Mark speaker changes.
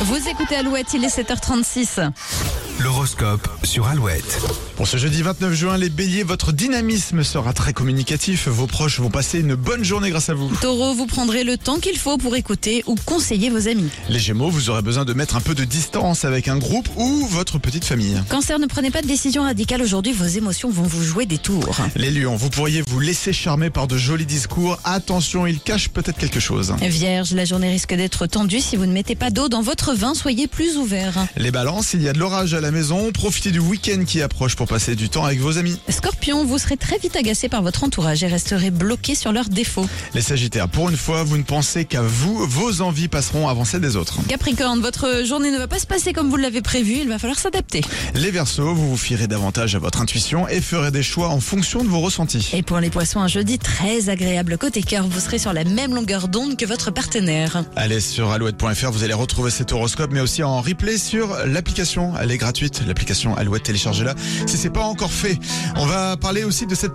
Speaker 1: Vous écoutez Alouette, il est 7h36.
Speaker 2: L'horoscope sur Alouette.
Speaker 3: Pour ce jeudi 29 juin, les béliers, votre dynamisme sera très communicatif. Vos proches vont passer une bonne journée grâce à vous.
Speaker 1: Taureau, vous prendrez le temps qu'il faut pour écouter ou conseiller vos amis.
Speaker 3: Les gémeaux, vous aurez besoin de mettre un peu de distance avec un groupe ou votre petite famille.
Speaker 1: Cancer, ne prenez pas de décision radicale aujourd'hui, vos émotions vont vous jouer des tours.
Speaker 3: Les lions, vous pourriez vous laisser charmer par de jolis discours. Attention, ils cachent peut-être quelque chose.
Speaker 1: Vierge, la journée risque d'être tendue si vous ne mettez pas d'eau dans votre vin, soyez plus ouvert.
Speaker 3: Les balances, il y a de l'orage à la maison. Profitez du week-end qui approche pour passer du temps avec vos amis.
Speaker 1: Scorpion, vous serez très vite agacé par votre entourage et resterez bloqué sur leurs défauts.
Speaker 3: Les sagittaires, pour une fois, vous ne pensez qu'à vous. Vos envies passeront avant celles des autres.
Speaker 1: Capricorne, votre journée ne va pas se passer comme vous l'avez prévu, il va falloir s'adapter.
Speaker 3: Les versos, vous vous fierez davantage à votre intuition et ferez des choix en fonction de vos ressentis.
Speaker 1: Et pour les poissons, un jeudi très agréable côté cœur, vous serez sur la même longueur d'onde que votre partenaire.
Speaker 3: Allez sur alouette.fr, vous allez retrouver cet horoscope, mais aussi en replay sur l'application. Elle est gratuite, l'application Alouette, téléchargez-la si c'est pas encore fait. On va parler aussi de cette